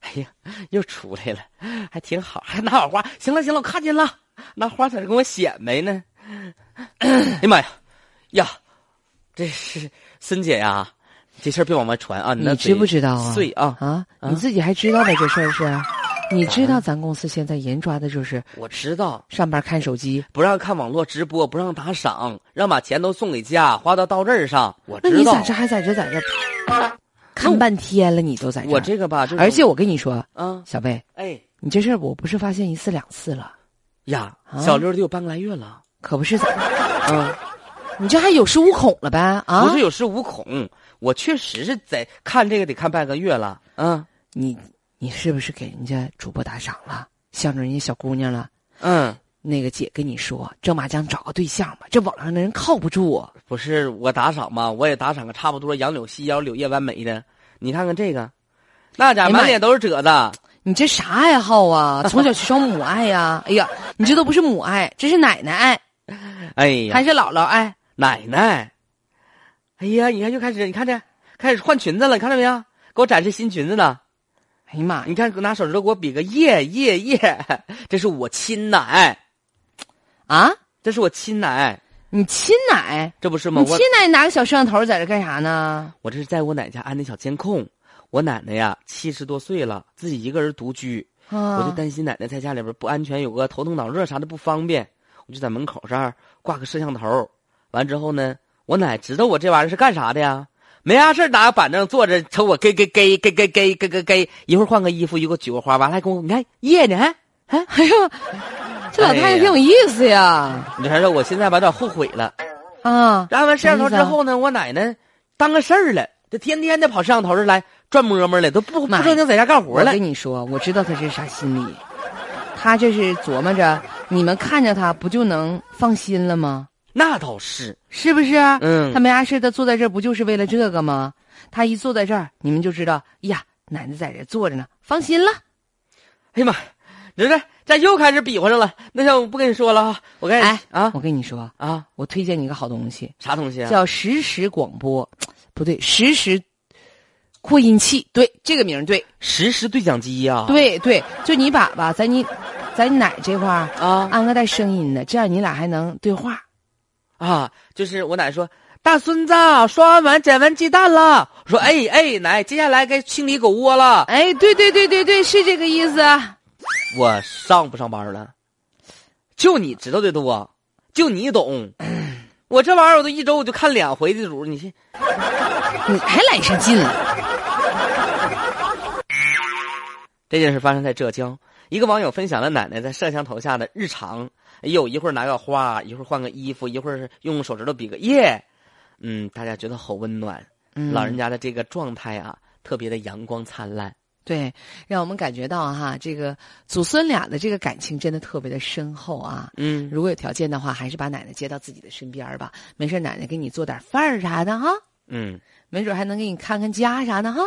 哎呀，又出来了，还挺好，还拿好花。行了行了，我看见了，拿花在这跟我显摆呢。哎呀妈呀，呀，这是森姐呀、这事儿别往外传啊！那你知不知道啊？碎啊！啊，啊嗯你自己还知道吧？这事儿是，啊你知道咱公司现在严抓的就是我知道，上班看手机。不让看网络直播，不让打赏，让把钱都送给家，花到刀刃上。我那知你道嗯咋，这还在这在这看半天了？你都在这儿？我这个吧，就是而且我跟你说，啊，小贝，哎你这事儿我不是发现一次两次了，呀，啊小六得有半个来月了，可不是咋的？嗯， 你这还有恃无恐了呗？啊不，是有恃无恐，我确实是在看这个得看半个月了，嗯你你是不是给人家主播打赏了，向着人家小姑娘了？嗯，那个姐跟你说，郑麻将找个对象吧，这网上的人靠不住。啊不是我打赏吧，我也打赏个差不多，杨柳细腰，柳叶弯眉的，你看看这个，那家哎伙呀妈呀满脸都是褶子，你这啥爱 好啊？从小缺少母爱呀、哎呀，你这都不是母爱，这是奶奶爱，哎还呀，是姥姥爱？奶奶，哎呀，你看又开始，你看这开始换裙子了，你看到没有？给我展示新裙子呢。哎呀妈呀，你看，拿手指头给我比个耶耶耶，这是我亲奶，啊，这是我亲奶，你亲奶？这不是吗？你我亲奶拿个小摄像头在这干啥呢？我这是在我奶家安的小监控。我奶奶呀，七十多岁了，自己一个人独居，我就啊，担心奶奶在家里边不安全，有个头疼脑热啥的不方便，我就在门口这儿挂个摄像头。完之后呢，我奶知道我这玩意儿是干啥的呀？没啥事儿拿个板凳坐着，瞅我给给给给给给给给给，一会儿换个衣服，一会儿举个花，完了还跟我你看耶呢，还哎呦，这老太太挺有意思呀！你还说我现在吧有点后悔了。啊，安完摄像头之后呢，我奶奶当个事儿了，这天天的跑摄像头这来转摸摸了，都不不妈呀正经在家干活我了跟。你说，我知道她是啥心理，她这是琢磨着你们看着她不就能放心了吗？那倒是，是不是？啊嗯他，没啥事，他坐在这儿不就是为了这个吗？他一坐在这儿，你们就知道，哎呀，奶奶在这坐着呢，放心了。哎呀妈，你说这这又开始比划上了。那下我不跟你说了啊，我跟你哎啊我跟你说，啊，我推荐你一个好东西，啥东西啊？叫实时广播，不对，实时扩音器，对，这个名儿对，实时对讲机呀、对对，就你把吧，在你，在你奶这块儿啊安个带声音的，这样你俩还能对话。啊，就是我奶说，大孙子刷完碗捡完鸡蛋了，我说哎哎奶，接下来该清理狗窝了。哎，对对对对对，是这个意思。啊我上不上班了？就你知道的多，就你 懂。我这玩意儿，我都一周我就看两回的主，你信？你还来上劲了？这件事发生在浙江，一个网友分享了奶奶在摄像头下的日常。哎呦，一会儿拿个花，一会儿换个衣服，一会儿用手指头比个耶。嗯，大家觉得好温暖，嗯老人家的这个状态啊，特别的阳光灿烂。对，让我们感觉到哈，这个祖孙俩的这个感情真的特别的深厚啊。嗯，如果有条件的话，还是把奶奶接到自己的身边儿吧。没事儿，奶奶给你做点饭儿啥的哈，嗯，没准儿还能给你看看家啥的哈。